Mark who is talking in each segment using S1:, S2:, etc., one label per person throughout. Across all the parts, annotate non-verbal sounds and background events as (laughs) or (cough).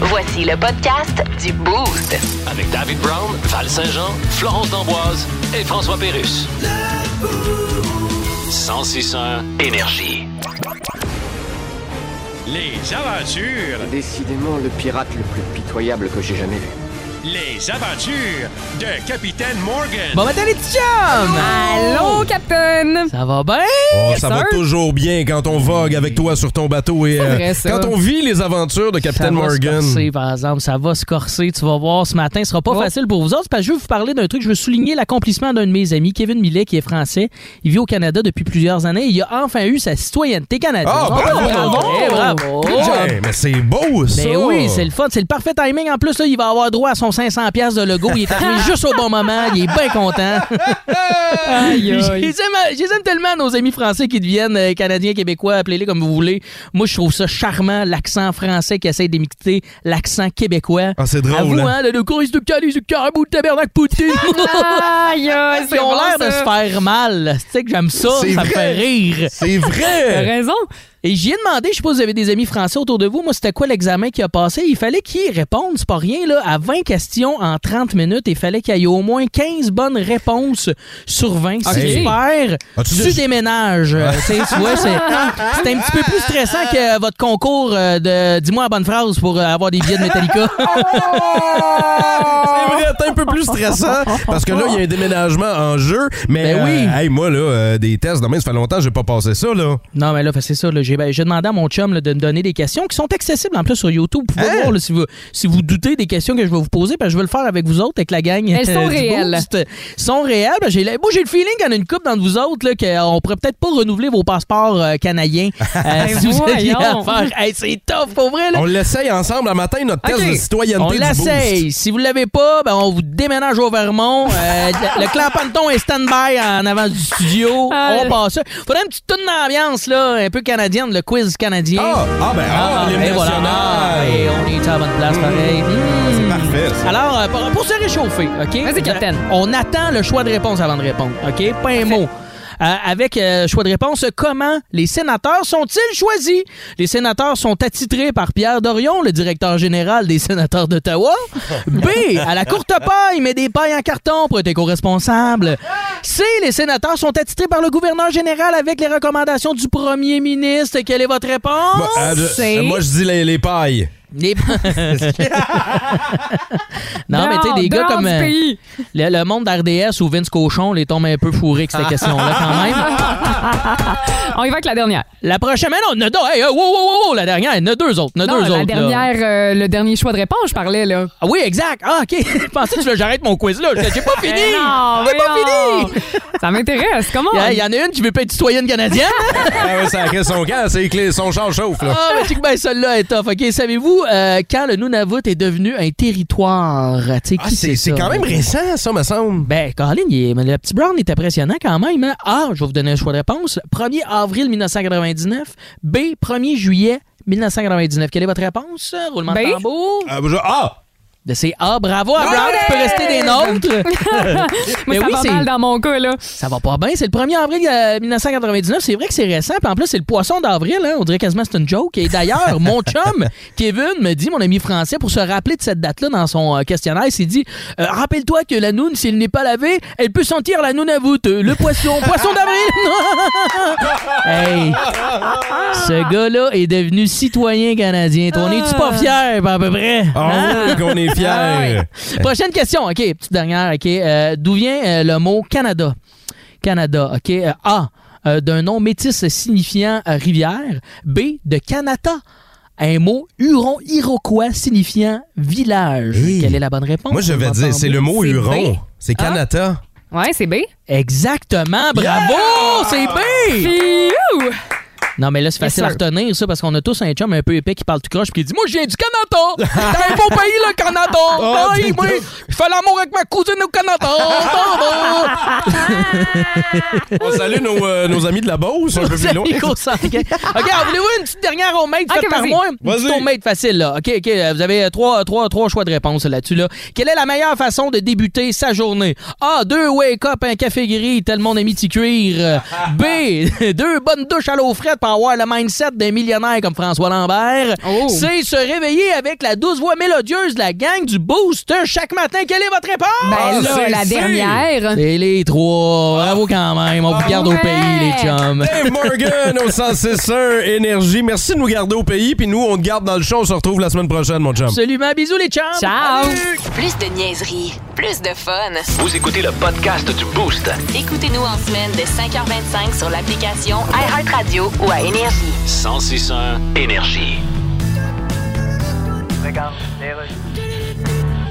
S1: Voici le podcast du Boost.
S2: Avec David Brown, Val Saint-Jean, Florence D'Amboise et François Pérus. 1061 Énergie.
S3: Les aventures,
S4: Décidément le pirate le plus pitoyable que j'ai jamais vu.
S3: les aventures de Capitaine Morgan.
S5: Bon matin les petits chums!
S6: Allô, Captain!
S5: Ça va bien?
S7: Oh,
S6: Yes,
S7: ça
S6: sir.
S7: va toujours bien quand on vogue avec toi sur ton bateau et euh,
S5: vrai, ça.
S7: quand on vit les aventures de
S5: ça
S7: Captain
S5: va se
S7: Morgan.
S5: corser, par exemple. Ça va se corser. Tu vas voir, ce matin, ce sera pas
S6: Oh.
S5: facile pour vous autres parce que je veux vous parler d'un truc. Je veux souligner l'accomplissement d'un de mes amis, Kevin Millet, qui est français. Il vit au Canada depuis plusieurs années. Il a enfin eu sa citoyenneté canadienne.
S7: Ah, bravo!
S5: Eh, bravo!
S7: Ouais, mais c'est beau ça.
S5: Ben oui, c'est le fun, c'est le parfait timing. En plus, là, il va avoir droit à son 500$ piastres de logo. Il
S6: (laughs)
S5: est arrivé juste au bon moment, il est bien content.
S6: Aïe,
S5: (laughs) Je les
S6: aïe.
S5: aime- je les aime tellement, nos amis français qui deviennent euh, Canadiens, Québécois, appelez-les comme vous voulez. Moi, je trouve ça charmant, l'accent français qui essaie d'imiter l'accent québécois.
S7: Ah, c'est drôle,
S5: Avoue,
S7: hein.
S5: hein, le, le coris du calis, du caribou, de tabernacle, poutine.
S6: (laughs) Aïe, aïe,
S5: Ils
S6: c'est
S5: ont
S6: bon,
S5: l'air de
S6: ça.
S5: se faire mal. Tu sais que j'aime ça,
S7: C'est
S5: ça me
S7: vrai.
S5: fait rire.
S7: C'est
S5: (laughs)
S6: T'as
S7: vrai.
S6: raison.
S5: Et j'y ai demandé, je sais pas si vous avez des amis français autour de vous, moi, c'était quoi l'examen qui a passé? Il fallait qu'ils répondent, c'est pas rien, là, à 20 questions en 30 minutes. Il fallait qu'il y ait au moins 15 bonnes réponses sur 20. Si
S7: Ah, Ok.
S5: tu perds,
S7: As-tu
S5: tu
S7: déjà-
S5: déménages. Euh, tu sais, tu
S7: (laughs)
S5: vois, c'est c'est un petit peu plus stressant que votre concours euh, de Dis-moi la bonne phrase pour euh, avoir des billets de
S7: (laughs)
S5: Metallica.
S7: C'est vrai, t'es un peu plus stressant parce que là, il y a un déménagement en jeu. Mais
S5: Ben oui.
S7: euh, hey, moi, là, euh, des tests demain, ça fait longtemps que j'ai pas passé ça. là.
S5: Non, mais là, fait- c'est ça. là, J'ai ben, j'ai demandé à mon chum là, de me donner des questions qui sont accessibles en plus sur YouTube. Vous pouvez
S7: Hein?
S5: voir là, si, vous, si vous doutez des questions que je vais vous poser, parce que je vais le faire avec vous autres, avec la gang. euh,
S6: Elles sont
S5: du
S6: réelles.
S5: Boost. Elles sont réelles. Ben, j'ai le- moi, j'ai le feeling qu'il y en a une couple d'entre vous autres là, qu'on pourrait peut-être pas renouveler vos passeports
S6: (laughs)
S5: euh, canadiens. euh, si vous aviez
S6: Ben, voyons.
S5: affaire. Hey, c'est tough, pour vrai. Là.
S7: On l'essaye ensemble à matin, notre test
S6: Ok.
S7: de citoyenneté.
S5: On
S7: du
S5: l'essaye. Si vous l'avez pas, ben on vous déménage au Vermont.
S7: (laughs)
S5: Euh, le clan Panton est stand-by en avant du studio.
S6: Ah.
S5: On passe ça. Faudrait une petite tourne d'ambiance, là, un peu canadienne, le quiz canadien.
S7: Ah, ah, ben, ah, l'hymne
S5: ben voilà.
S7: national.
S5: Et on est à la bonne place, pareil. Hmm.
S7: Mmh. Ah, C'est parfait. ça.
S5: Alors, euh, pour, pour se réchauffer, OK?
S6: Vas-y, Capitaine.
S5: On attend le choix de réponse avant de répondre, OK? Pas un mot. Euh, avec euh, choix de réponse, comment les sénateurs sont-ils choisis? Les sénateurs sont attitrés par Pierre Dorion, le directeur général des
S6: (laughs)
S5: sénateurs d'Ottawa. B, à la courte paille, mais des pailles en carton pour être éco-responsable. C, les sénateurs sont attitrés par le gouverneur général avec les recommandations du premier ministre. Quelle est votre réponse?
S7: Moi, euh, je-
S6: c'est-
S7: moi, je dis les, les pailles. (laughs)
S5: Les- non, mais tu sais, des gars
S6: Dehors
S5: comme...
S6: du
S5: euh,
S6: pays.
S5: le, le monde d'RDS ou Vince Cochon les tombe un peu fourrés que cette question-là quand même.
S6: Ah. (laughs) On y va avec la dernière.
S5: La prochaine, mais non, il y en a deux. Hey, oh, wow, wow, wow, wow, la dernière, il y en a deux autres. il y en a
S6: Non,
S5: deux
S6: la
S5: autres, là.
S6: dernière, euh, le dernier choix de réponse, je parlais, là.
S5: Ah oui, exact. Ah, OK. (laughs) Je pensais que tu voulais que j'arrête mon quiz là. J'ai pas fini.
S6: Eh non,
S5: J'ai pas
S6: voyons.
S5: fini.
S6: Ça m'intéresse, comment?
S5: Il y a- Il y, en a une qui veut pas être citoyenne canadienne.
S7: (laughs) Ah ouais, ça crée son camp, c'est clé, son champ chauffe. Là.
S5: Ah, mais tu sais que ben, celle-là est tough. OK, savez-vous euh, quand le Nunavut est devenu un territoire? Tu sais,
S7: Ah,
S5: qui
S7: c'est c'est
S5: ça?
S7: quand même récent, ça, me semble.
S5: Ben, Colin, il est- mais le petit Brown est impressionnant quand même. hein. A, je vais vous donner un choix de réponse. 1er avril 1999. B, 1er juillet 1999. Quelle est votre réponse? Roulement de
S6: B.
S5: tambour.
S7: Ah, je- ah!
S5: Ben, C'est A. Bravo à Brown. Tu peux rester des nôtres.
S6: (laughs) Moi,
S5: (laughs) mais
S6: ça
S5: oui, c'est-
S6: va mal dans mon cas, là.
S5: Ça va pas bien. C'est le 1er avril euh, 1999. C'est vrai que c'est récent. Puis en plus, c'est le poisson d'avril. hein. On dirait quasiment que c'est une joke. Et d'ailleurs,
S6: (laughs)
S5: mon chum, Kevin, me dit, mon ami français, pour se rappeler de cette date-là dans son euh, questionnaire, il s'est dit euh, Rappelle-toi que la noune, s'il n'est pas lavé, elle peut sentir la noune à voûte. Le poisson, poisson d'avril (laughs) Hey Ce gars-là est devenu citoyen canadien. On est-tu pas fiers, à peu près
S7: Ah
S5: Hein?
S7: oui, qu'on est fiers.
S5: (laughs) Ah oui. Prochaine question, OK, petite dernière, OK. Euh, D'où vient euh, le mot Canada? Canada, OK. Euh, A, euh, d'un nom métis signifiant euh, rivière. B, de Canada, un mot huron-iroquois signifiant village.
S7: Hey.
S5: Quelle est la bonne réponse?
S7: Moi, je vais dire, c'est le mot
S6: C'est
S7: huron.
S6: B.
S7: C'est Kanata.
S6: Ah. Ouais, c'est B.
S5: Exactement, bravo! C'est B!
S6: Fiou!
S5: Non, mais là, c'est facile
S6: Yes,
S5: à
S6: sir.
S5: retenir, ça, parce qu'on a tous un chum un peu épais qui parle tout croche puis qui dit Moi, je viens du Canada C'est un beau pays, le Canada Ah, oui, moi, Je fais l'amour avec ma cousine au Canada
S7: On salue nos, euh, nos amis de la Beauce, un peu plus loin.
S5: Ah. Salut, gros sang. (laughs) OK, alors, voulez-vous une petite dernière homemade
S6: Ok,
S5: faite par
S6: vas-y.
S5: moi? Une
S7: Vas-y.
S5: petite homemade facile, là. OK, OK, euh, vous avez euh, trois, trois, trois choix de réponse là-dessus, là. Quelle est la meilleure façon de débuter sa journée? A, deux (laughs) wake-up, un café gris, tel mon ami Ticuir. B, deux bonnes douches à l'eau frette pour avoir le mindset d'un millionnaire comme François Lambert,
S6: Oh.
S5: c'est se réveiller avec la douce voix mélodieuse de la gang du Boost chaque matin. Quelle est votre réponse?
S6: Ben là,
S8: Ah, c'est
S6: la
S8: sûr.
S6: dernière.
S5: C'est les trois. Bravo quand même. On vous garde au
S6: Ouais.
S5: pays, les chums.
S8: Dave Morgan au 106.1 Énergie. Merci de nous garder au pays. Puis nous, on te garde dans le show. On se retrouve la semaine prochaine, mon chum.
S5: Absolument. Bisous, les chums.
S6: Ciao.
S9: Plus de niaiserie, plus de fun.
S2: Vous écoutez le podcast du Boost.
S9: Écoutez-nous en semaine de 5h25 sur l'application iHeartRadio ou à Énergie.
S2: 1061 Énergie.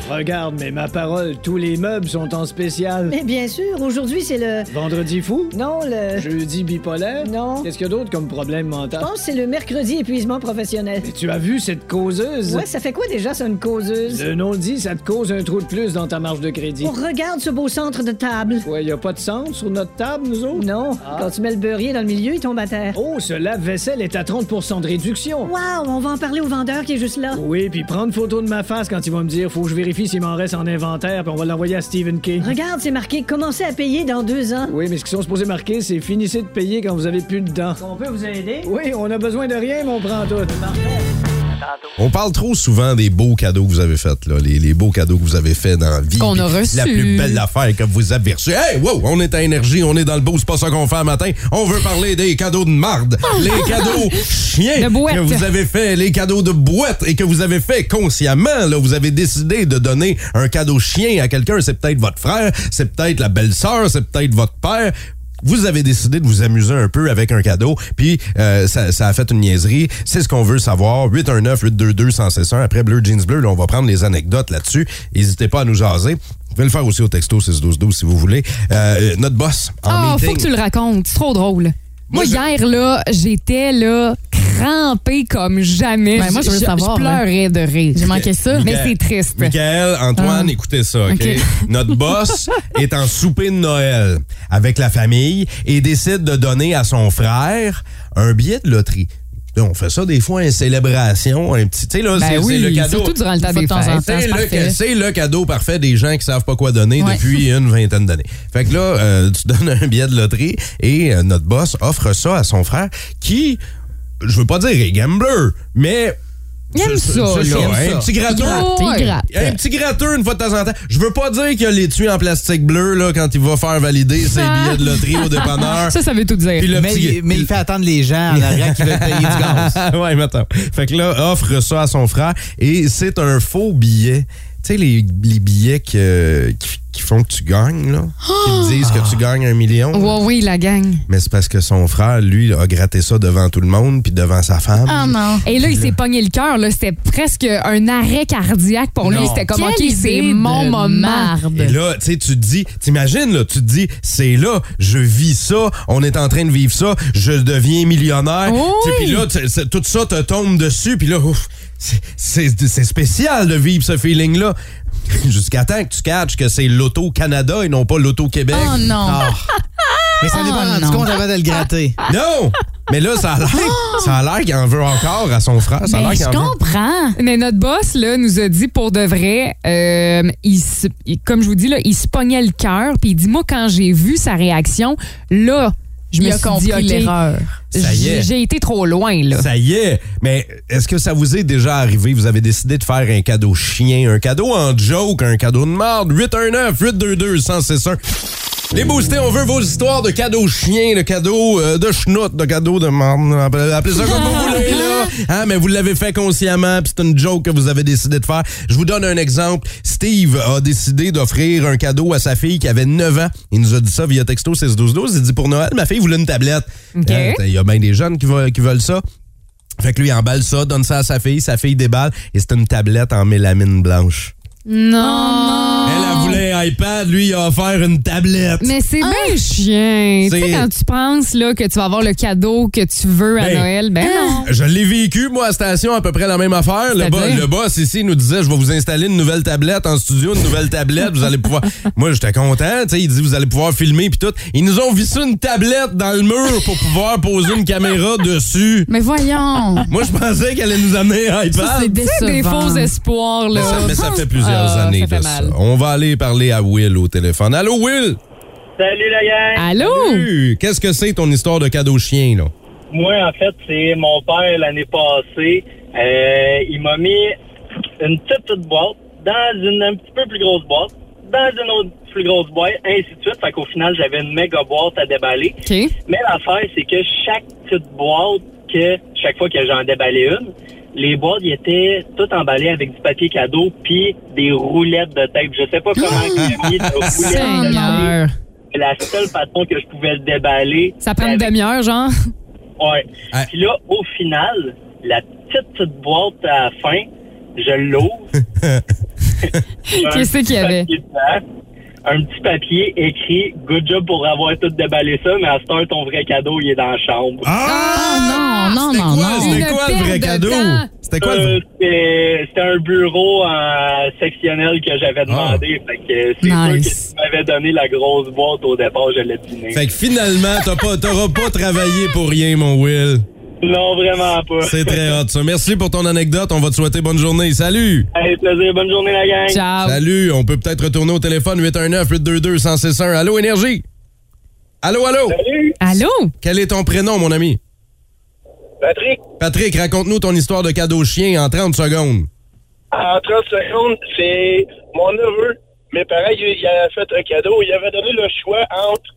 S10: Regarde, mais ma parole, tous les meubles sont en spécial.
S1: Mais bien sûr, aujourd'hui, c'est le.
S10: Vendredi fou?
S1: Non, le. Je
S10: Jeudi bipolaire?
S1: Non.
S10: Qu'est-ce qu'il y a d'autre comme problème mental?
S1: pense que c'est le mercredi épuisement professionnel.
S10: Mais tu as vu cette causeuse?
S1: Ouais, ça fait quoi déjà, ça, une causeuse?
S10: Le non-dit, ça te cause un trou de plus dans ta marge de crédit.
S1: On regarde ce beau centre de table.
S10: Quoi, y a pas de centre sur notre table, nous autres?
S1: Non,
S10: Ah.
S1: quand tu mets le beurrier dans le milieu, il tombe à terre.
S10: Oh, ce lave-vaisselle est à 30 de réduction.
S1: Waouh, on va en parler au vendeur qui est juste là.
S10: Oui, puis prendre photo de ma face quand il va me dire faut que je vérifie s'il m'en reste en inventaire, puis on va l'envoyer à Stephen King.
S1: Regarde, c'est marqué Commencez à payer dans deux ans.
S10: Oui, mais ce qu'ils sont supposés marquer, c'est finissez de payer quand vous avez plus de dents.
S1: On peut vous aider?
S10: Oui, on a besoin de rien, mais on prend tout.
S7: On parle trop souvent des beaux cadeaux que vous avez faits, là, les, les beaux cadeaux que vous avez faits dans la vie.
S6: Qu'on a
S7: Puis
S6: reçus.
S7: La plus belle affaire que vous avez reçue. Hey, wow, on est à énergie, on est dans le beau, c'est pas ça qu'on fait le matin. On veut parler des cadeaux de marde,
S6: Oh,
S7: les cadeaux chiens
S6: De boîte.
S7: que vous avez fait, les cadeaux de boîte et que vous avez fait consciemment. Là, vous avez décidé de donner un cadeau chien à quelqu'un. C'est peut-être votre frère, c'est peut-être la belle-sœur, c'est peut-être votre père. Vous avez décidé de vous amuser un peu avec un cadeau, puis euh, ça, ça a fait une niaiserie. C'est ce qu'on veut savoir. 819-822-161. Après Bleu Jeans Bleu, là, on va prendre les anecdotes là-dessus. N'hésitez pas à nous jaser. Vous pouvez le faire aussi au texto 612-12 si vous voulez. Euh, euh, notre boss en
S6: Ah, faut
S7: meeting.
S6: que tu le racontes. C'est trop drôle. Moi,
S7: Moi, je-
S6: hier, là, j'étais là crampée comme jamais.
S11: Ben, moi, je veux savoir,
S6: Je pleurais de rire.
S11: J'ai manqué ça.
S6: Mais
S7: Michael-
S6: c'est triste. Ah.
S7: Michael, Antoine, écoutez ça, OK?
S6: (laughs)
S7: Notre boss est en souper de Noël avec la famille et décide de donner à son frère un billet de loterie. Là, on fait ça des fois, une célébration, un petit. Tu sais, là,
S6: Ben
S7: c'est c'est
S6: oui,
S7: le cadeau.
S6: surtout durant le temps
S11: Une fois
S6: des
S11: de temps
S6: fêtes. hein,
S11: en temps.
S7: C'est
S11: c'est
S7: le,
S11: parfait.
S7: c'est le cadeau parfait des gens qui savent pas quoi donner
S11: Ouais.
S6: (laughs)
S7: depuis une vingtaine d'années. Fait que là, euh, tu (laughs) donnes un billet de loterie et euh, notre boss offre ça à son frère qui, je veux pas dire est gambler, mais...
S6: Il aime
S7: c'est-
S6: ça,
S7: c'est
S6: là. Il
S7: Un
S6: aime
S7: petit gratteux.
S6: gratte, il
S11: Ouais.
S6: gratte.
S7: Un petit gratteux une fois de temps en temps. Je veux pas dire qu'il a l'étui en plastique bleu là, quand il va faire valider ses billets de loterie au
S6: (laughs)
S7: dépanneur.
S6: Ça, ça veut tout dire.
S7: Puis le
S12: Mais,
S7: petit-
S12: il- mais il fait attendre les gens en arrière qui veulent payer du gaz.
S6: (laughs)
S7: ouais, mettons. Fait que là, offre ça à son frère et c'est un faux billet. Tu sais, les, les billets que- qui, qui font que tu gagnes, là. Qui
S6: Ah.
S7: te disent que tu gagnes un million.
S6: (gasps)
S7: là.
S6: Ouais, oui, la gang.
S7: Mais c'est parce que son frère, lui, a gratté ça devant tout le monde puis devant sa femme.
S11: Ah non.
S6: Et là, il s'est pogné le cœur. là. C'était presque un arrêt cardiaque pour lui.
S7: Non.
S6: C'était comme,
S11: Quelle
S6: OK, c'est
S11: idée
S6: mon
S11: de
S6: moment.
S11: marde.
S7: Et là, tu sais, tu te dis, t'imagines, là, tu te dis, c'est là, je vis ça, on est en train de vivre ça, je deviens millionnaire.
S6: Oui.
S7: Tu sais, Puis là, tu- c'est- tout ça te tombe dessus, puis là, ouf, c'est- c'est c'est spécial de vivre ce feeling-là. (laughs) Jusqu'à temps que tu catches que c'est l'Auto-Canada et non pas l'Auto-Québec. Ah.
S11: Oh non.
S12: Mais ça n'est pas
S11: Oh,
S12: rendu
S11: non.
S12: compte avant de le gratter.
S7: Non! Mais là, ça a l'air ça a l'air qu'il en veut encore à son frère. Ça a l'air
S11: Mais
S7: qu'il
S11: je
S7: en veut.
S11: comprends.
S6: Mais notre boss là, nous a dit pour de vrai, euh, il se- il- comme je vous dis, là, il se pognait le cœur. Puis il dit, moi, quand j'ai vu sa réaction, là, je me
S11: Il a
S6: suis
S11: compris
S6: dit, OK,
S11: l'erreur.
S7: Ça y
S6: j'ai
S7: est.
S6: j'ai été trop loin. Là.
S7: Ça y est. Mais est-ce que ça vous est déjà arrivé? Vous avez décidé de faire un cadeau chien, un cadeau en joke, un cadeau de marde. 819 822 1061 les boostés, on veut vos histoires de cadeaux chiens, de cadeaux euh, de schnout, de cadeaux de marde. Appelez appelez ça comme vous voulez, là. Hein, mais vous l'avez fait consciemment, puis c'est une joke que vous avez décidé de faire. Je vous donne un exemple. Steve a décidé d'offrir un cadeau à sa fille qui avait 9 ans. Il nous a dit ça via texto 61212. Il dit pour Noël, ma fille voulait une tablette.
S6: OK.
S7: Hein, Il y a bien des jeunes qui veulent, qui veulent ça. Fait que lui, il emballe ça, donne ça à sa fille, sa fille déballe, et c'est une tablette en mélamine blanche.
S6: Oh, Non.
S7: Elle, elle voulait un iPad, lui, il a offert une tablette.
S6: Ah. Mais c'est bien chien. Tu
S7: C'est-
S6: sais, quand tu penses là, que tu vas avoir le cadeau que tu veux à
S7: Ben,
S6: Noël, ben
S11: Ah,
S6: non.
S7: Je l'ai vécu, moi, à Station, à peu près la même affaire. Le,
S6: C'est-à-dire?
S7: boss- le boss ici nous disait, je vais vous installer une nouvelle tablette en studio, une nouvelle tablette, vous
S6: (laughs)
S7: allez pouvoir... Moi, j'étais content, tu sais, il dit, vous allez pouvoir filmer, puis tout. Ils nous ont vissé une tablette dans le mur pour pouvoir poser
S6: (laughs)
S7: une caméra dessus.
S11: Mais voyons.
S7: Moi, je pensais qu'elle allait nous amener un
S11: Ça,
S7: iPad.
S11: c'est
S6: Bah, Tu sais, des
S11: décevant.
S6: faux espoirs. Là.
S7: Mais ça, mais ça fait plusieurs
S6: Ah,
S7: années
S6: ça fait
S7: de
S6: mal.
S7: ça. On va aller parler à Will au téléphone. Allô, Will?
S10: Salut la gang!
S6: Allô?
S7: Salut! Qu'est-ce que c'est ton histoire de cadeau chien, là?
S13: moi, en fait, c'est mon père l'année passée. euh, il m'a mis une petite, petite boîte dans une un petit peu plus grosse boîte, dans une autre plus grosse boîte, ainsi de suite. Fait qu'au final, j'avais une méga boîte à déballer. Mais l'affaire, c'est que chaque petite boîte, que chaque fois que j'en déballais une, les boîtes ils étaient toutes emballées avec du papier cadeau puis des roulettes de tape. Je sais pas comment j'ai mis de roulettes de tape.
S6: Seigneur.
S13: C'est la seule façon que je pouvais le déballer.
S6: Ça prend une demi-heure, genre.
S13: Ouais. Puis là, au final, la petite, petite boîte à la fin, je (laughs) l'ouvre. J'ai un
S6: Qu'est-ce
S13: petit
S6: qu'il y avait?
S13: papier dedans, Un petit papier écrit « Good job pour avoir tout déballé ça, mais à cette heure, ton vrai cadeau, il est dans la chambre.
S6: Ah non, non, non.
S13: C'était
S6: Une
S13: quoi
S6: perte
S13: le vrai
S6: de
S13: cadeau?
S6: temps.
S13: C'était quoi Euh, C'était un bureau euh, sectionnel que j'avais demandé. Fait que c'est sûr que si tu m'avais donné la grosse boîte au départ, je l'ai dîné.
S7: Fait que finalement, t'as pas- t'auras pas, travaillé pour rien, mon Will.
S13: Non, vraiment pas.
S7: C'est très hot, ça. Merci pour ton anecdote. On va te souhaiter bonne journée. Salut!
S13: Allez, plaisir. Bonne journée, la gang.
S7: Salut! On peut peut-être retourner au téléphone 819-822-1061. Allô, Énergie? Allô, allô?
S13: Salut!
S6: Allô?
S7: Quel est ton prénom, mon ami?
S12: Patrick.
S7: Patrick, raconte-nous ton histoire de cadeau chien en 30 secondes.
S12: Ah. En 30 secondes, c'est mon neveu. Mes parents, il il avait fait un cadeau. Il avait donné le choix entre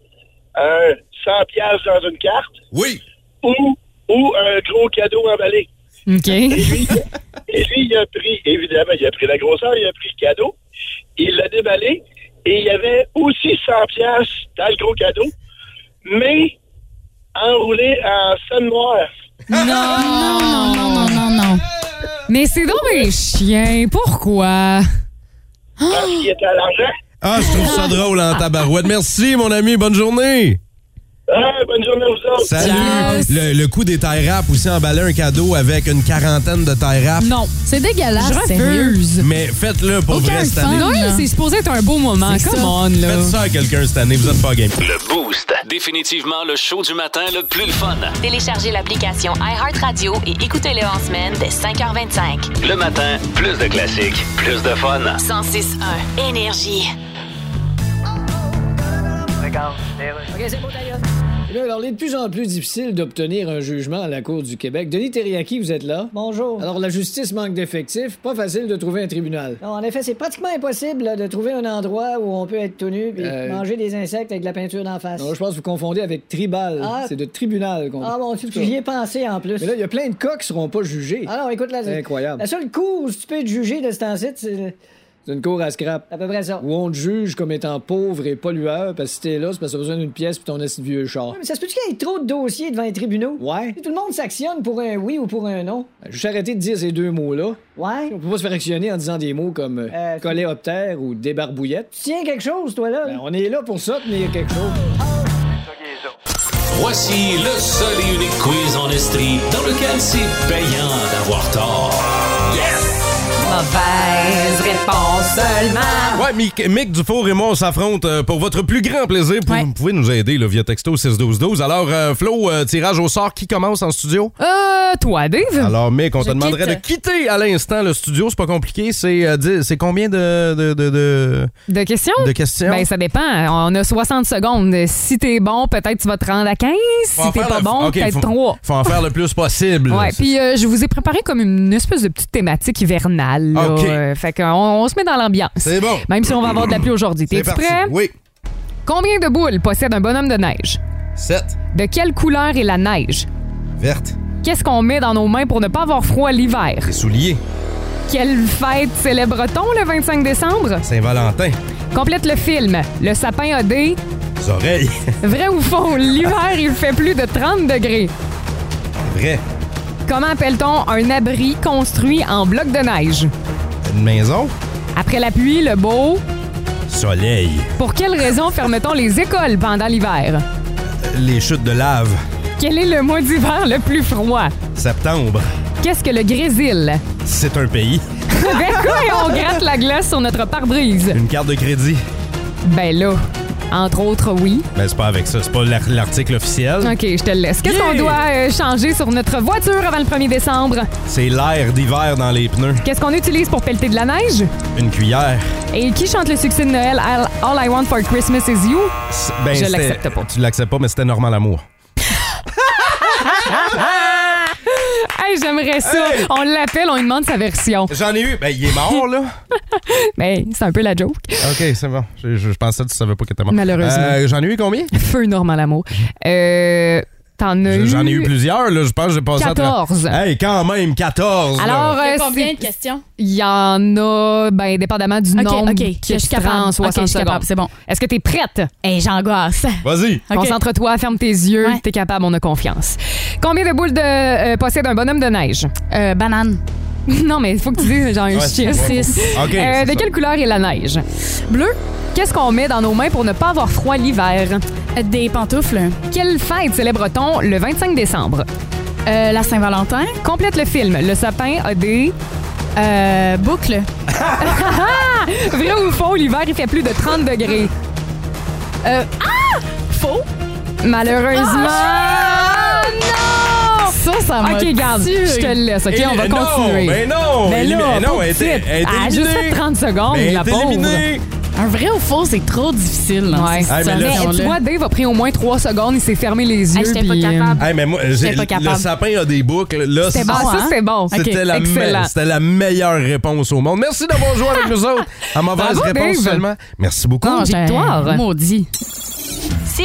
S12: un 100 pièces dans une carte.
S7: Oui.
S12: Ou, ou un gros cadeau emballé.
S6: OK.
S12: Et lui, il a pris, évidemment, il a pris la grosseur, il a pris le cadeau. Il l'a déballé. Et il y avait aussi 100 pièces dans le gros cadeau. Mais enroulé en somme noire.
S6: Non, non, non, non, non, non. Mais c'est donc un chien. Pourquoi?
S12: Parce qu'il était Ah, à l'argent.
S7: Ah, je trouve ça drôle en tabarouette. Merci, mon ami. Bonne journée.
S12: Ah, bonne journée à vous autres.
S7: Salut. Le, le coup des tie wraps aussi, emballer un cadeau avec une quarantaine de tie wraps.
S6: Non.
S14: C'est dégueulasse.
S6: Je
S14: sérieux.
S6: refuse.
S7: Mais faites-le pour
S6: Aucun
S7: vrai cette
S6: sens.
S7: année.
S6: Noël, c'est supposé être un beau moment.
S7: C'est
S6: Ah, Come
S7: ça.
S6: on, là.
S7: Faites ça à quelqu'un cette année, vous êtes pas game.
S2: Le Boost. Définitivement le show du matin le plus le fun.
S1: Téléchargez l'application iHeartRadio et écoutez-le en semaine dès 5h25.
S2: Le matin, plus de classiques, plus de fun.
S1: 106.1 Énergie.
S10: Et là, alors, il est de plus en plus difficile d'obtenir un jugement à la Cour du Québec. Denis Terriaki, vous êtes là? Bonjour. Alors, la justice manque d'effectifs, pas facile de trouver un tribunal.
S15: Non, en effet, c'est pratiquement impossible là, de trouver un endroit où on peut être tout nu et
S10: Euh,
S15: manger des insectes avec de la peinture d'en face.
S10: Non, je pense que vous confondez avec tribal.
S15: Ah.
S10: C'est de tribunal qu'on
S15: Ah bon, tu, tu
S10: Ça.
S15: y ai pensé en plus.
S10: Mais là, il y a plein de cas qui seront pas jugés.
S15: Ah non, écoute, là,
S10: C'est incroyable.
S15: La seule cause tu peux être jugé de ce temps-ci, c'est
S10: C'est une cour à scrap.
S15: à peu près ça.
S10: Où on te juge comme étant pauvre et pollueur parce que si t'es là, c'est parce que t'as besoin d'une pièce puis ton assis de vieux char.
S15: Mais ça se peut-tu qu'il y ait trop de dossiers devant les tribunaux?
S10: Ouais.
S15: Tout le monde s'actionne pour un oui ou pour un non.
S10: Je suis arrêté de dire ces deux mots-là.
S15: Ouais.
S10: On peut pas se faire actionner en disant des mots comme euh,
S15: Euh,
S10: coléoptère ou débarbouillette.
S15: Tu tiens quelque chose, toi, là?
S10: Ben, on est là pour ça, tenir quelque chose.
S2: Voici le seul et unique quiz en estrie dans lequel c'est payant d'avoir tort.
S14: Mauvaise réponse seulement.
S7: Ouais, Mick, Mick Dufour et moi, on s'affronte euh, pour votre plus grand plaisir. Pou- Vous pouvez nous aider là, via texto 61212. Alors, euh, Flo, euh, tirage au sort, qui commence en studio?
S6: Euh, toi, Dave.
S7: Alors, Mick, on
S6: Je
S7: te demanderait
S6: quitte.
S7: de quitter à l'instant le studio. C'est pas compliqué. C'est euh, dix- c'est combien de, de, de, de-
S6: De questions?
S7: de questions?
S6: Ben, ça dépend. On a 60 secondes. Si t'es bon, peut-être tu vas te rendre à 15.
S7: Faut en
S6: si t'es
S7: faire
S6: pas
S7: le-
S6: bon,
S7: ok,
S6: peut-être
S7: faut-
S6: 3.
S7: Faut en faire le plus possible.
S6: Ouais,
S7: C'est-
S6: puis euh, je vous ai préparé comme une espèce de petite thématique hivernale. là.
S7: OK.
S6: Euh, fait qu'on on se met dans l'ambiance.
S7: C'est bon.
S6: Même si on va avoir de la pluie aujourd'hui.
S7: C'est
S6: T'es-tu
S7: parti.
S6: prêt?
S7: Oui.
S6: Combien de boules possède un bonhomme de neige?
S7: 7.
S6: De quelle couleur est la neige?
S7: Verte.
S6: Qu'est-ce qu'on met dans nos mains pour ne pas avoir froid l'hiver?
S7: Des souliers.
S6: Quelle fête célèbre-t-on le 25 décembre?
S7: Saint-Valentin.
S6: Complète le film. Le sapin a des...
S7: Des oreilles.
S6: Vrai ou faux? L'hiver, il fait plus de 30 degrés.
S7: (laughs) Vrai.
S6: Comment appelle-t-on un abri construit en bloc de neige?
S7: Une maison.
S6: Après la pluie, le beau.
S7: Soleil.
S6: Pour quelle raison ferme-t-on les écoles pendant l'hiver?
S7: Les chutes de lave.
S6: Quel est le mois d'hiver le plus froid?
S7: Septembre.
S6: Qu'est-ce que le grésil? (laughs)
S7: C'est un pays.
S6: ben quoi, on gratte la glace sur notre pare-brise?
S7: Une carte de crédit.
S6: Ben là, entre autres, oui.
S7: Mais c'est pas avec ça, c'est pas l'ar- l'article officiel.
S6: OK, je te le laisse. Qu'est-ce qu'on doit euh, changer sur notre voiture avant le 1er décembre?
S7: C'est l'air d'hiver dans les pneus.
S6: Qu'est-ce qu'on utilise pour pelleter de la neige?
S7: Une cuillère.
S6: Et qui chante le succès de Noël All, All I Want for Christmas is You?
S7: C'est- ben,
S6: Je
S7: c'était-
S6: l'accepte pas.
S7: Tu l'acceptes pas, mais c'était normal amour.
S6: (laughs) Hey, j'aimerais ça. On l'appelle, on lui demande sa version.
S7: J'en ai eu. Ben, il est
S6: (laughs)
S7: mort, là.
S6: Mais c'est un peu la joke.
S7: OK, c'est bon. Je, je- je pensais que tu savais pas que t'étais mort.
S6: Malheureusement.
S7: Euh, j'en ai eu combien?
S6: Feu Normand Lamour. Euh, T'en as eu.
S7: J'en ai eu plusieurs, là. Je pense que j'ai passé à tra-
S6: 14.
S7: Hey, quand même, 14. là.
S6: Alors,
S16: Il y a
S6: euh,
S16: combien
S6: c'est-
S16: de questions?
S6: Il y en a, ben, dépendamment du
S16: Ok,
S6: nombre
S16: ok,
S6: qui
S16: je suis
S6: est
S16: capable.
S6: en 60
S16: Ok, je suis
S6: secondes.
S16: capable, c'est bon.
S6: Est-ce que t'es prête?
S16: Hey, j'angoisse.
S7: Vas-y.
S16: Ok.
S6: Concentre-toi, ferme tes yeux, t'es capable, on a confiance. Combien de boules de, euh, possède un bonhomme de neige? Euh, banane. (laughs) non, mais il faut que tu dises genre un
S16: Ouais,
S6: chien.
S16: c'est- Six.
S6: Euh,
S16: Ok, c'est
S6: de
S16: ça.
S6: quelle couleur est la neige? Bleu. Qu'est-ce qu'on met dans nos mains pour ne pas avoir froid l'hiver? Euh, Des pantoufles. Quelle fête célèbre-t-on le 25 décembre? Euh, la Saint-Valentin. Complète le film. Le sapin a des... boucles. (laughs) Vrai ou faux, l'hiver, il fait plus de 30 degrés. Euh, ah! Faux. Malheureusement. non!
S16: Ça, ça m'a
S6: Ah! OK, garde,
S16: tué.
S6: je te le laisse, OK?
S7: Eh,
S6: on va
S7: non,
S6: continuer.
S7: mais non,
S6: Mais
S7: élimine-
S6: là,
S7: non,
S6: pauvre
S7: elle était-
S6: petite.
S7: elle était
S6: Elle a Ah, juste
S7: éliminée.
S6: fait 30 secondes,
S7: Mais elle
S6: la
S7: était
S6: pauvre.
S7: éliminée.
S6: Un vrai ou faux, c'est trop difficile. Ouais.
S7: Ah, mais là,
S6: mais tu
S7: là-
S6: vois, Dave a pris au moins 3 secondes, il s'est fermé les yeux.
S16: j'étais pas
S6: puis, euh,
S7: Hey, mais moi, j'ai-
S6: J'étais pas
S7: le
S6: capable.
S7: sapin a des boucles. Là,
S6: C'était bon, Ah, ça, hein? c'était bon.
S7: C'était
S6: Ok,
S7: la, me-
S6: excellent.
S7: c'était la meilleure réponse au monde. Merci d'avoir joué avec nous autres. À mauvaise
S1: Bravo,
S7: réponse
S1: Dave.
S7: seulement. Merci beaucoup.
S1: Non,
S6: Ben,
S1: j'étais- Victoire.
S16: Maudit.
S1: Si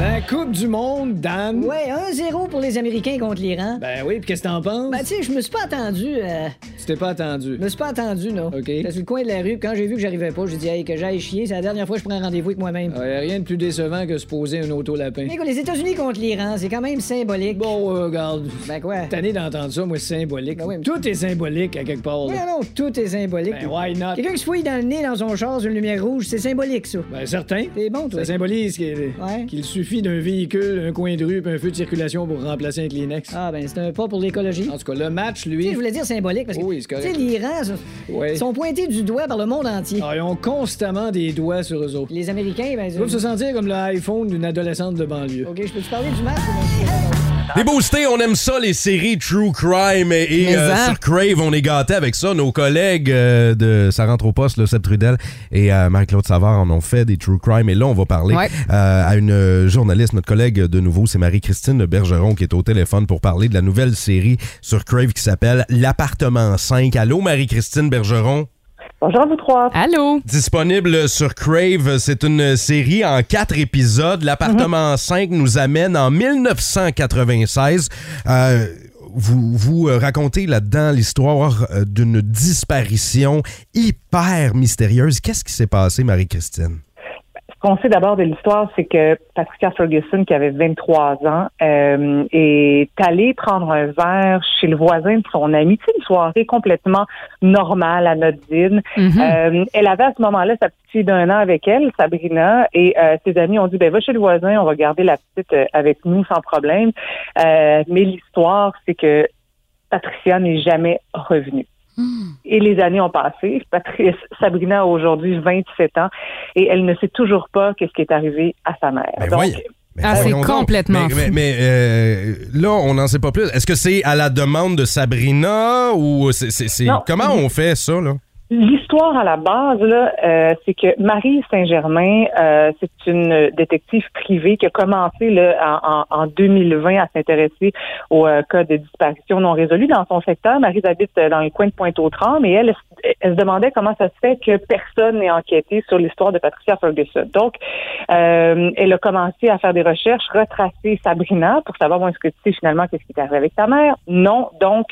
S10: La Coupe du Monde, Dan.
S17: Ouais, 1-0 pour les Américains contre l'Iran.
S10: Ben oui, puis qu'est-ce que t'en penses?
S17: Ben, tu sais, je me suis pas attendu. euh,
S10: Tu t'es pas attendu.
S17: Je me suis pas attendu, non.
S10: OK.
S17: J'étais sur le coin de la rue, puis quand j'ai vu que j'arrivais pas, j'ai dit, hey, que j'aille chier. C'est la dernière fois que je prends rendez-vous avec moi-même.
S10: Ah, y a rien de plus décevant que se poser un auto-lapin.
S17: Mais écoute, les États-Unis contre l'Iran, c'est quand même symbolique.
S10: Bon, euh, regarde.
S17: Ben quoi?
S10: T'as Tanné d'entendre ça, moi, c'est
S17: Ben
S10: symbolique. Tout est symbolique à quelque part.
S17: Non,
S10: là.
S17: non, tout est symbolique.
S10: Ben, why not?
S17: Quelqu'un qui se fouille dans le nez dans son char sur une lumière rouge, c'est symbolique, ça.
S10: Ben, certain.
S17: T'es bon, toi.
S10: Ça symbolise qu'il
S17: Ouais.
S10: qu'il suffit d'un véhicule, un coin de rue, puis un feu de circulation pour remplacer un Kleenex.
S17: Ah, ben, c'est un pas pour l'écologie.
S10: En tout cas, le match,
S17: Tu
S10: lui.
S17: sais, je voulais dire symbolique parce que
S10: Oui, c'est
S17: tu
S10: correct.
S17: sais, l'Iran, ça,
S10: Ouais.
S17: ils sont pointés du doigt par le monde entier.
S10: Ah, ils ont constamment des doigts sur eux autres.
S17: Les Américains, ben,
S10: Ils doivent se sentir comme l'iPhone d'une adolescente de banlieue.
S17: Ok, je peux te parler du match? ou non?
S7: Les boostés, on aime ça, les séries True Crime et, et,
S17: Mais
S7: euh,
S17: hein.
S7: sur Crave, on est gâtés avec ça. Nos collègues euh, de Ça rentre au poste, le Seb Trudel et euh, Marie-Claude Savard en ont fait des True Crime. Et là, on va parler
S6: Ouais.
S7: euh, à une euh, journaliste, notre collègue de nouveau, c'est Marie-Christine Bergeron qui est au téléphone pour parler de la nouvelle série sur Crave qui s'appelle L'appartement 5. Allô, Marie-Christine Bergeron?
S18: Bonjour à vous trois.
S6: Allô?
S7: Disponible sur Crave, c'est une série en quatre épisodes. L'appartement
S18: Mhm.
S7: 5 nous amène en 1996. Euh, vous, vous euh, racontez là-dedans l'histoire euh, d'une disparition hyper mystérieuse. Qu'est-ce qui s'est passé, Marie-Christine?
S18: Ce qu'on sait d'abord de l'histoire, c'est que Patricia Ferguson, qui avait 23 ans, euh, est allée prendre un verre chez le voisin de son ami. C'est une soirée complètement normale, anodine.
S6: Mm-hmm.
S11: Mhm.
S18: Euh, elle avait à ce moment-là sa petite fille d'un an avec elle, Sabrina, et euh, ses amis ont dit, ben va chez le voisin, on va garder la petite euh, avec nous sans problème. Euh, mais l'histoire, c'est que Patricia n'est jamais revenue. Et les années ont passé. (laughs) Patrice, Sabrina a aujourd'hui 27 ans et elle ne sait toujours pas qu'est-ce qui est arrivé à sa mère.
S7: Ben
S18: Donc,
S7: voyons. Ben
S18: Ah, c'est
S7: voyons donc.
S18: complètement
S7: Mais,
S18: fou.
S7: mais- mais, euh, là, on n'en sait pas plus. Est-ce que c'est à la demande de Sabrina ou c'est, c'est- c'est-
S18: Non.
S7: comment on fait ça là?
S18: L'histoire à la base, là, euh, c'est que Marie Saint-Germain, euh, c'est une détective privée qui a commencé là, en, en- en 2020 à s'intéresser au euh, cas de disparition non résolue dans son secteur. Marie habite euh, dans le coin de Pointe-aux-Trembles et elle, elle se demandait comment ça se fait que personne n'ait enquêté sur l'histoire de Patricia Ferguson. Donc, euh, elle a commencé à faire des recherches, retracer Sabrina pour savoir, bon, est-ce que tu sais finalement qu'est-ce qui est arrivé avec ta mère? Non. Donc,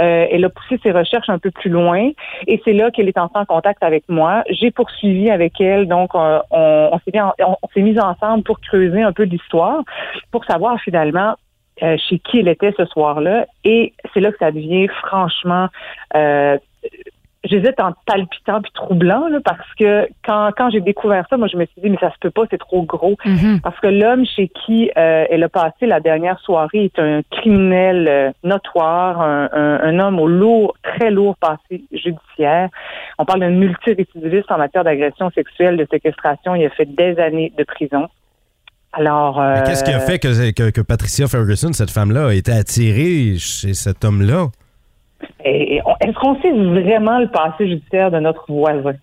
S18: euh, elle a poussé ses recherches un peu plus loin et c'est là qu'elle est entrée en contact avec moi. J'ai poursuivi avec elle, donc euh, on, on s'est mis en- on- on s'est mis ensemble pour creuser un peu l'histoire, pour savoir finalement euh, chez qui elle était ce soir-là. Et c'est là que ça devient franchement euh, J'hésite en palpitant puis troublant là, parce que quand, quand j'ai découvert ça, moi je me suis dit mais ça se peut pas, c'est trop gros. Parce que l'homme chez qui euh, elle a passé la dernière soirée est un criminel euh, notoire, un, un- un homme au lourd, très lourd passé judiciaire. On parle d'un multirécidiviste en matière d'agression sexuelle, de séquestration. Il a fait des années de prison. Alors.
S7: Mais Qu'est-ce qui a
S18: euh,
S7: fait que, que- que Patricia Ferguson, cette femme-là, a été attirée chez cet homme-là?
S18: Et- et on- Est-ce qu'on sait vraiment le passé judiciaire de notre voisin?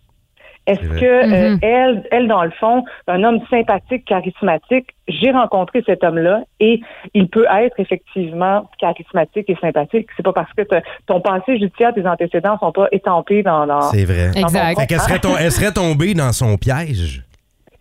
S18: Est-ce
S7: C'est vrai.
S18: que euh, elle, elle, dans le fond, un homme sympathique, charismatique, j'ai rencontré cet homme-là et il peut être effectivement charismatique et sympathique. C'est pas parce que t'as- ton passé judiciaire, tes antécédents sont pas étampés dans. dans
S7: C'est vrai.
S18: dans ton compte.
S7: Fait qu'elle serait, tom- elle serait tombée dans son piège.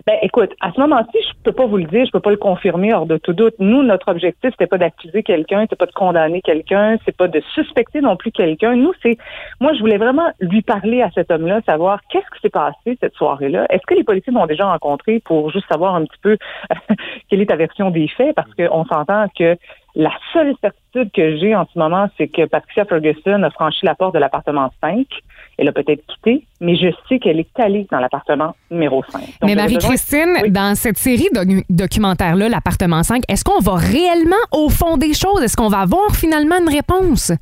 S18: Ben, écoute, à ce moment-ci, je peux pas vous le dire, je peux pas le confirmer hors de tout doute. Nous, notre objectif, c'était pas d'accuser quelqu'un, c'était pas de condamner quelqu'un, c'est pas de suspecter non plus quelqu'un. Nous, c'est, moi, je voulais vraiment lui parler à cet homme-là, savoir qu'est-ce qui s'est passé cette soirée-là. Est-ce que les policiers m'ont déjà rencontré pour juste savoir un petit peu (laughs) quelle est ta version des faits? Parce qu'on s'entend que la seule certitude que j'ai en ce moment, c'est que Patricia Ferguson a franchi la porte de l'appartement 5. Elle a peut-être quitté, mais je sais qu'elle est allée dans l'appartement numéro 5. Donc,
S6: Mais
S18: j'avais besoin-
S6: Marie-Christine, dans cette série docu- documentaire-là, l'appartement 5, est-ce qu'on va réellement au fond des choses? Est-ce qu'on va avoir finalement une réponse?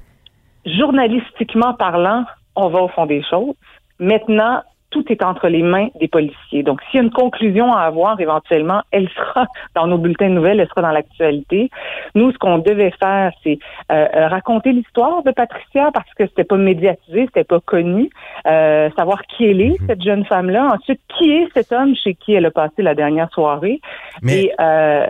S18: journalistiquement parlant, on va au fond des choses. Maintenant, tout est entre les mains des policiers. Donc, s'il y a une conclusion à avoir éventuellement, elle sera (laughs) dans nos bulletins de nouvelles, elle sera dans l'actualité. Nous, ce qu'on devait faire, c'est euh, euh, raconter l'histoire de Patricia parce que c'était pas médiatisé, c'était pas connu. Euh, savoir qui elle est, cette jeune femme-là. Ensuite, qui est cet homme chez qui elle a passé la dernière soirée. Et euh,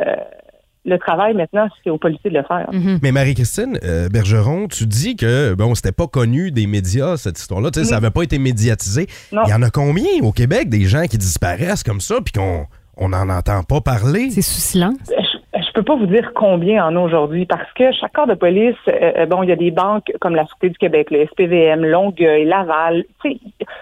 S18: le travail maintenant, c'est aux policiers de le faire.
S7: Mais Marie-Christine euh, Bergeron, tu dis que bon, c'était pas connu des médias, cette histoire-là. Tu sais, Ça avait pas été médiatisé.
S18: Non.
S7: Il y en a combien au Québec des gens qui disparaissent comme ça puis qu'on on n'en entend pas parler? C'est
S6: sous silence.
S18: je je peux pas vous dire combien en a aujourd'hui parce que chaque corps de police, euh, euh, bon, il y a des banques comme la Sûreté du Québec, le SPVM, Longueuil, Laval. Tu sais,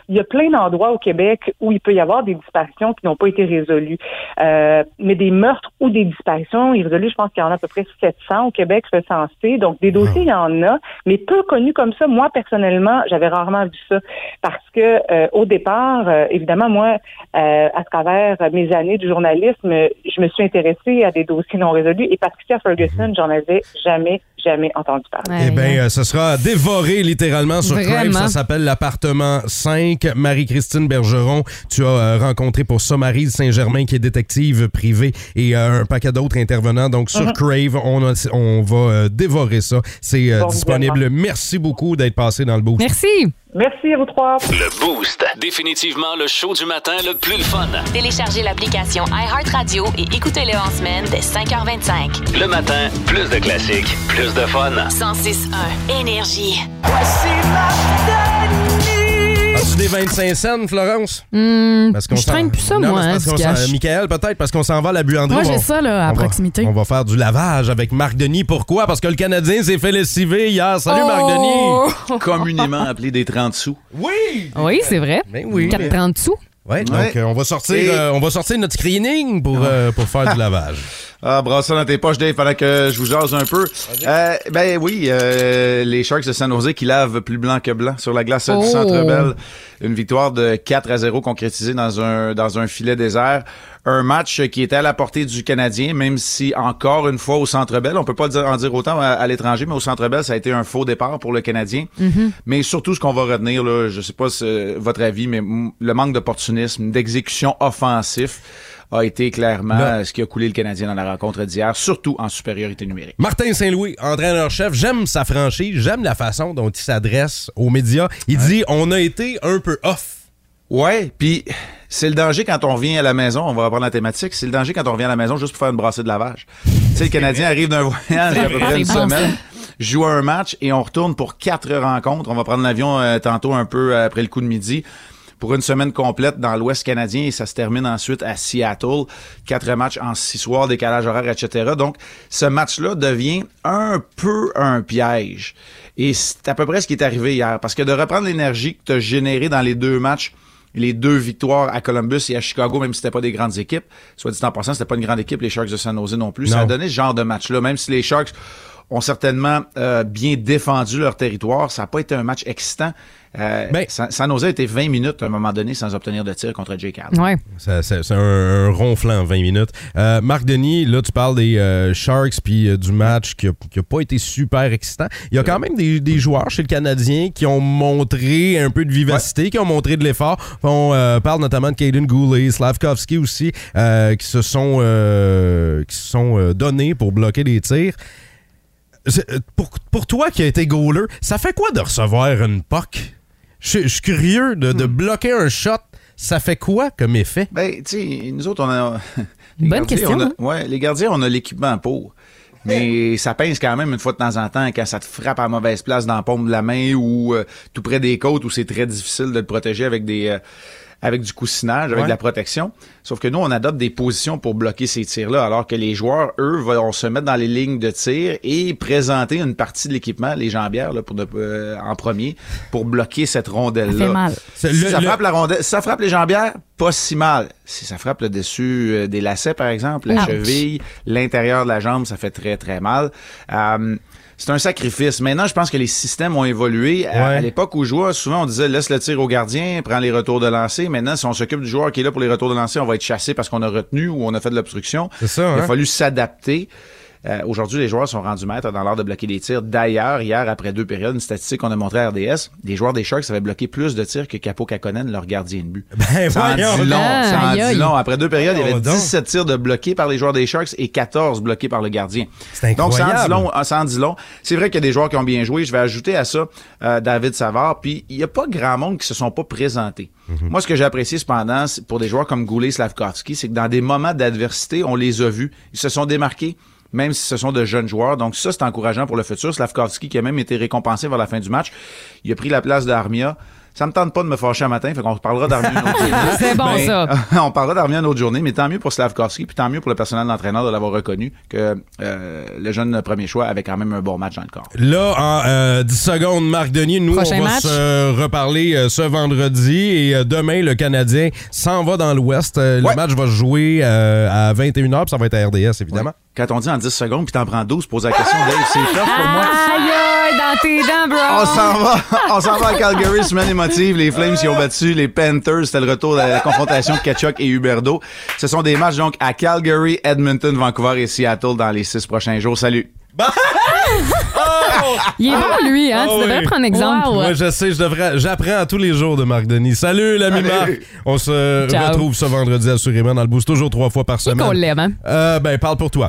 S18: il y a plein d'endroits au Québec où il peut y avoir des disparitions qui n'ont pas été résolues. Euh, mais des meurtres ou des disparitions irrésolues, je pense qu'il y en a à peu près 700 au Québec recensés. Donc, des dossiers, il y en a, mais peu connus comme ça. Moi, personnellement, j'avais rarement vu ça parce que euh, au départ, euh, évidemment, moi, euh, à travers mes années de journalisme, euh, je me suis intéressée à des dossiers non résolus et Patricia Ferguson, j'en avais jamais, jamais entendu parler.
S7: Eh bien, euh, ce sera dévoré littéralement sur
S18: Vraiment.
S7: Crave. Ça s'appelle l'appartement 5. Marie-Christine Bergeron, tu as euh, rencontré pour ça Marie de Saint-Germain, qui est détective privée, et euh, un paquet d'autres intervenants. Donc, sur
S19: Mhm.
S7: Crave, on, a- on va euh, dévorer ça. C'est euh,
S19: Formidable.
S7: disponible. Merci beaucoup d'être passé dans le boost.
S6: Merci.
S18: Merci à vous trois.
S2: Le Boost. Définitivement le show du matin le plus le fun.
S1: Téléchargez l'application iHeartRadio et écoutez-le en semaine dès 5h25.
S2: Le matin, plus de classiques, plus de fun.
S1: 106.1 Énergie.
S7: As-tu des 25 cents, Florence? Parce qu'on
S16: Hmm, je
S7: s'en-
S16: traîne plus ça,
S7: Non,
S16: moi,
S7: mais c'est
S16: hein,
S7: parce
S16: du
S7: qu'on
S16: cash.
S7: s'en- Michael, peut-être, parce qu'on s'en va à la buanderie.
S16: Moi,
S7: On-
S16: j'ai ça, là, à
S7: on va-
S16: proximité.
S7: on va faire du lavage avec Marc Denis. Pourquoi? Parce que le Canadien s'est fait lessiver hier. Salut, Marc
S16: Oh!
S7: Denis!
S11: Communément appelé des 30 sous.
S7: Oui!
S6: Oui, c'est vrai.
S7: Ben oui.
S6: 4,30 sous.
S7: Ouais, donc
S11: Ouais.
S7: euh, on va sortir
S11: Et-
S7: euh, on va sortir notre screening pour, euh, pour faire
S11: (laughs)
S7: du lavage.
S11: Ah, brasse ça dans tes poches, Dave, pendant que je vous jase un peu. Euh, ben oui, euh, les Sharks de San Jose qui lavent plus blanc que blanc sur la glace
S20: Oh.
S11: du Centre Bell. Une victoire de 4 à 0 concrétisée dans un, dans un filet désert. Un match qui était à la portée du Canadien, même si encore une fois au Centre Bell, on peut pas le dire- en dire autant à, à l'étranger, mais au Centre Bell, ça a été un faux départ pour le Canadien. Mais surtout, ce qu'on va retenir, là, je sais pas si, euh, votre avis, mais mm, le manque d'opportunisme, d'exécution offensif a été clairement
S7: Non.
S11: euh, ce qui a coulé le Canadien dans la rencontre d'hier, surtout en supériorité numérique.
S7: Martin Saint-Louis, entraîneur-chef, j'aime sa franchise, j'aime la façon dont il s'adresse aux médias. Il dit on a été un peu off.
S11: Ouais, puis c'est le danger quand on revient à la maison, on va reprendre la thématique, c'est le danger quand on revient à la maison juste pour faire une brassée de lavage. tu sais, le Canadien arrive d'un voyage d'à peu près une
S20: C'est bon,
S11: semaine. (laughs) joue un match et on retourne pour quatre rencontres. On va prendre l'avion euh, tantôt un peu après le coup de midi pour une semaine complète dans l'Ouest canadien et ça se termine ensuite à Seattle. Quatre matchs en six soirs, décalage horaire, etc. Donc, ce match-là devient un peu un piège. Et c'est à peu près ce qui est arrivé hier. Parce que de reprendre l'énergie que tu as générée dans les deux matchs, les deux victoires à Columbus et à Chicago, même si c'était pas des grandes équipes, soit dit en passant, c'était pas une grande équipe, les Sharks de San Jose non plus. Ça
S7: Non.
S11: a donné ce genre de match-là, même si les Sharks ont certainement euh, bien défendu leur territoire. Ça n'a pas été un match excitant. Euh, San, San Jose a été 20 minutes à un moment donné sans obtenir de tir contre Jake Allen.
S7: Ça- ça- C'est un, un ronflant, 20 minutes. Euh, Marc Denis, là, tu parles des euh, Sharks puis euh, du match qui n'a pas été super excitant. Il y a quand même des, des joueurs chez le Canadien qui ont montré un peu de vivacité, qui ont montré de l'effort. On euh, parle notamment de Caden Goulet, Slavkovski aussi, euh, qui se sont, euh, qui se sont euh, donnés pour bloquer les tirs. C'est- euh, Pour, pour toi qui a été goaler, ça fait quoi de recevoir une POC? Je je suis curieux de, de bloquer un shot. Ça fait quoi comme effet?
S11: Hmm. Ben, tu sais, nous autres, on a.
S7: Bonne
S11: les gardiens,
S7: question,
S11: on a-
S7: hein?
S11: ouais, les gardiens, on a l'équipement pour. Mais ça pince quand même une fois de temps en temps quand ça te frappe à mauvaise place dans la paume de la main ou euh, tout près des côtes où c'est très difficile de le protéger avec des. euh, avec du coussinage, avec
S16: Ouais.
S11: de la protection. Sauf que nous, on adopte des positions pour bloquer ces tirs-là, alors que les joueurs, eux, vont se mettre dans les lignes de tir et présenter une partie de l'équipement, les jambières, là, pour de- euh, en premier, pour bloquer cette rondelle-là.
S20: Ça fait mal.
S11: Si
S20: Le-
S11: ça
S20: le-
S11: frappe la rondelle- si ça frappe les jambières, pas si mal. Si ça frappe le dessus euh, des lacets, par exemple, la
S20: Ouch.
S11: cheville, l'intérieur de la jambe, ça fait très, très mal. Euh, c'est un sacrifice. Maintenant, je pense que les systèmes ont évolué. À,
S7: Ouais.
S11: à l'époque où je jouais, souvent, on disait laisse le tir au gardien, prends les retours de lancer. Maintenant, si on s'occupe du joueur qui est là pour les retours de lancer, on va être chassé parce qu'on a retenu ou on a fait de l'obstruction.
S7: C'est ça,
S11: Il a
S7: hein?
S11: fallu s'adapter. Euh, Aujourd'hui, les joueurs sont rendus maîtres dans l'art de bloquer les tirs. D'ailleurs, hier, après deux périodes, une statistique qu'on a montrée à RDS, les joueurs des Sharks avaient bloqué plus de tirs que Capo Kakonen, leur gardien de
S7: (laughs)
S11: but. ça en dit
S7: Ben voyons
S11: long,
S7: donc.
S11: ça en
S7: Aïe,
S11: dit
S7: aïe.
S11: long. Après deux périodes, il y avait
S7: Voyons donc.
S11: 17 tirs de bloqués par les joueurs des Sharks et 14 bloqués par le gardien.
S7: C'est
S11: Donc, ça en dit
S7: incroyable.
S11: long ah, ça en dit long. C'est vrai qu'il y a des joueurs qui ont bien joué. Je vais ajouter à ça euh, David Savard. Puis il n'y a pas grand monde qui se sont pas présentés. Moi, ce que j'ai apprécié cependant c'est- pour des joueurs comme Goulet, Slavkovski, c'est que dans des moments d'adversité, on les a vus. Ils se sont démarqués. Même si ce sont de jeunes joueurs. Donc, ça, c'est encourageant pour le futur. Slavkovski, qui a même été récompensé vers la fin du match, il a pris la place d'Armia. Ça me tente pas de me fâcher un matin, fait qu'on reparlera d'Armia une
S6: (laughs)
S11: autre journée.
S6: C'est bon,
S11: Mais-
S6: ça.
S11: (laughs) on parlera d'Armia une autre journée, mais tant mieux pour Slavkovski, puis tant mieux pour le personnel d'entraîneur de l'avoir reconnu que euh, le jeune premier choix avait quand même un bon match dans le corps.
S7: Là, en euh, 10 secondes, Marc Denis, nous,
S11: Prochain
S7: on va
S11: match.
S7: se reparler euh, ce vendredi. Et euh, demain, le Canadien s'en va dans l'Ouest. Euh, Le match va se jouer euh, à 21h, puis ça va être à RDS, évidemment.
S11: Quand on dit en 10 secondes, puis t'en prends 12, pose la question, Dave, c'est tough pour moi.
S6: Aïe, aïe, dans tes dents, bro.
S11: On s'en va, (laughs) on s'en va à Calgary, semaine émotive. Les Flames qui ont battu les Panthers. C'était le retour de la confrontation de Ketchuk et Huberdo. Ce sont des matchs donc à Calgary, Edmonton, Vancouver et Seattle dans les six prochains jours. Salut.
S6: Il est bon, lui, hein?
S7: Ah
S6: tu devrais
S7: oui.
S6: prendre exemple.
S7: Moi, je sais, je devrais, j'apprends à tous les jours de Marc Denis. Salut, l'ami
S6: Allez.
S7: Marc. On se
S6: Ciao.
S7: retrouve ce vendredi, assurément, dans le boost, toujours trois fois par semaine.
S6: qu'on l'aime, hein?
S7: Euh, ben, parle
S6: (laughs)
S7: pour toi.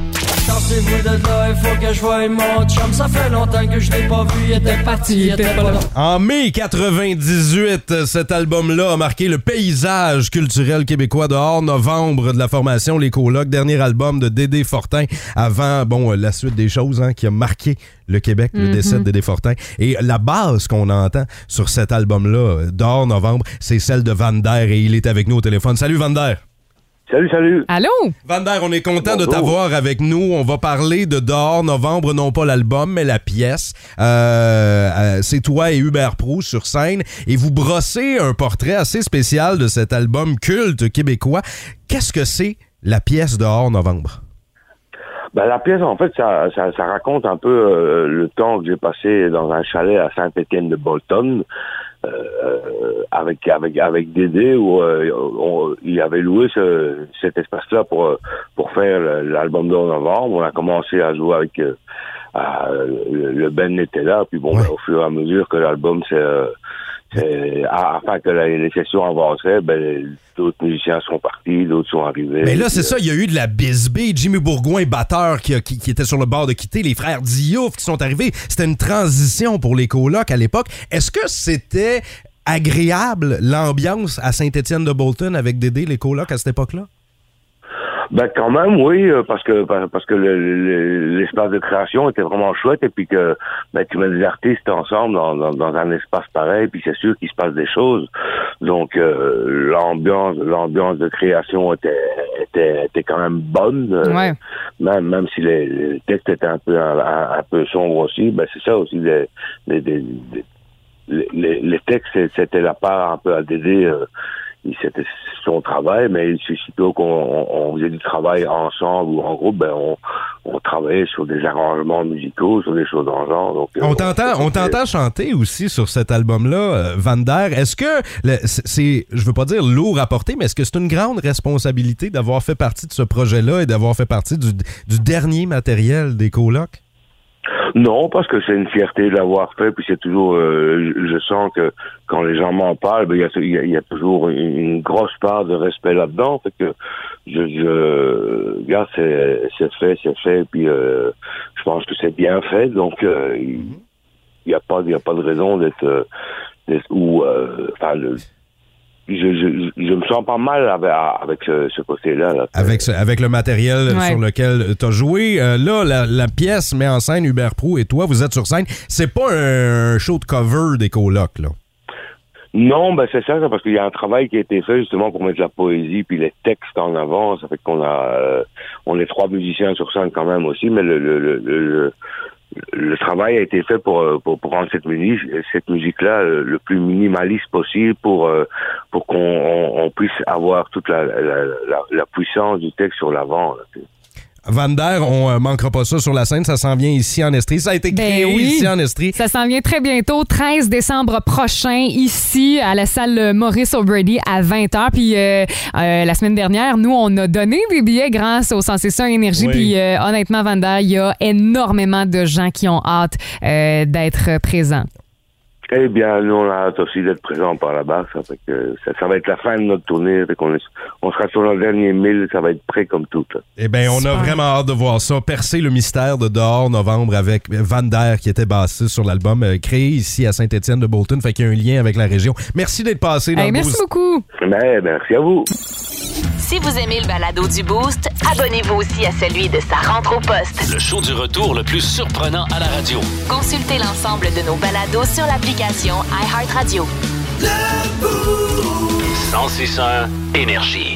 S21: Tassez-vous de là, il faut que je voie mon chum. Ça fait longtemps que je l'ai pas vu, il était parti, il était pas là.
S7: En mai 98, euh, cet album-là a marqué le paysage culturel québécois dehors. Novembre de la formation Les Colocs, dernier album de Dédé Fortin avant, bon, euh, la suite des choses hein, qui a marqué le Québec, le
S19: Mhm.
S7: décès de Dédé Fortin. Et la base qu'on entend sur cet album-là, euh, dehors novembre, c'est celle de Van Der et il est avec nous au téléphone. Salut Van Der.
S22: Salut, salut.
S6: Allô?
S7: Vander, on est content de
S22: Bonjour.
S7: t'avoir avec nous. On va parler de Dehors Novembre, non pas l'album, mais la pièce. Euh, euh, c'est toi et Hubert Proux sur scène et vous brossez un portrait assez spécial de cet album culte québécois. Qu'est-ce que c'est la pièce Dehors Novembre?
S22: Ben, la pièce, en fait, ça, ça, ça raconte un peu euh, le temps que j'ai passé dans un chalet à Saint-Étienne-de-Bolton euh, avec, avec, avec Dédé, où euh, on- il avait loué ce- cet espace-là pour, euh, pour faire le- l'album de novembre. On a commencé à jouer avec... euh, à- le, le Ben était là, puis bon, ben, au fur et à mesure que l'album s'est... euh, s'est- à- afin que la- les sessions avançaient, ben, d'autres musiciens sont partis, d'autres sont arrivés.
S7: Mais là, c'est
S22: Puis,
S7: ça, il y a eu de la Bisbee, Jimmy Bourgoin, batteur qui, a- qui- qui était sur le bord de quitter, les frères Diouf qui sont arrivés. C'était une transition pour les colocs à l'époque. Est-ce que c'était agréable l'ambiance à Saint-Étienne-de-Bolton avec Dédé, les colocs à cette époque-là?
S22: Ben quand même, oui, euh, parce que par- parce que le- le- l'espace de création était vraiment chouette et puis que ben, tu mets des artistes ensemble dans, dans, dans un espace pareil, puis c'est sûr qu'il se passe des choses. Donc euh, l'ambiance l'ambiance de création était était, était quand même bonne. euh,
S6: Ouais.
S22: Même même si les, les textes étaient un peu un, un- un peu sombres aussi, ben c'est ça aussi des des, des- des- les, les- les textes, c'est- c'était la part un peu à Dédé. euh, il- c'était son travail, mais c'est sitôt qu'on on- on faisait du travail ensemble ou en groupe, ben on, on travaillait sur des arrangements musicaux, sur des choses dans le genre. Donc, euh,
S7: On t'entend, on t'entend chanter aussi sur cet album-là, euh, Van Der. Est-ce que le- c'est- c'est, je veux pas dire lourd à porter, mais est-ce que c'est une grande responsabilité d'avoir fait partie de ce projet-là et d'avoir fait partie du, du dernier matériel des colocs?
S22: Non, parce que c'est une fierté de l'avoir fait, puis c'est toujours, euh, je je sens que quand les gens m'en parlent, ben, il y a, il y a- il y a toujours une- une grosse part de respect là-dedans, fait que je, je regarde, c'est c'est fait, c'est fait, puis euh, je pense que c'est bien fait, donc euh, il n'y a pas, il y a pas de raison d'être, euh, d'être- ou, euh, enfin, le- je, je, je- je me sens pas mal avec, avec ce, ce côté-là. Là.
S7: Avec, ce- avec le matériel
S22: Ouais.
S7: sur lequel tu as joué. Euh, là, la, la pièce met en scène Hubert Prou et toi, vous êtes sur scène. C'est pas un, un show de cover des colocs, là.
S22: Non, ben c'est ça, ça, parce qu'il y a un travail qui a été fait justement pour mettre la poésie puis les textes en avant. Ça fait qu'on a, euh, on est trois musiciens sur scène quand même aussi, mais le le le, le, le- le travail a été fait pour euh, pour, pour rendre cette musique cette musique là le plus minimaliste possible pour euh, pour qu'on on, on puisse avoir toute la la, la- la puissance du texte sur l'avant. là, tu sais.
S7: Van Der, on euh, manquera pas ça sur la scène. Ça s'en vient ici en Estrie. Ça a
S1: Ben
S7: été créé ici en
S6: Ben
S7: Estrie.
S6: Ça s'en vient très bientôt, 13 décembre prochain, ici à la salle Maurice O'Brady à 20h. Puis euh, euh, la semaine dernière, nous, on a donné des billets grâce au Sensation Énergie.
S16: Oui.
S6: Puis euh, honnêtement, Vanda, il y a énormément de gens qui ont hâte euh, d'être présents.
S22: Eh bien, nous, on a hâte aussi d'être présents par là-bas. Ça, fait que ça, ça va être la fin de notre tournée. Fait qu'on est- on sera sur le dernier mille. Ça va être prêt comme tout. là.
S7: Eh bien, on a vraiment hâte de voir ça. Percer le mystère de Dehors Novembre avec Van Der, qui était bassiste sur l'album euh, créé ici à Saint-Étienne de Bolton. Fait qu'il y a un lien avec la région. Merci d'être passé. dans
S1: Hey,
S7: le
S1: merci
S7: boost.
S6: beaucoup.
S22: Ben, merci à vous.
S1: Si vous aimez le balado du Boost, abonnez-vous aussi à celui de sa rentre au poste.
S2: Le show du retour le plus surprenant à la radio.
S1: Consultez l'ensemble de nos balados sur l'application iHeartRadio.
S2: 106.1 Énergie.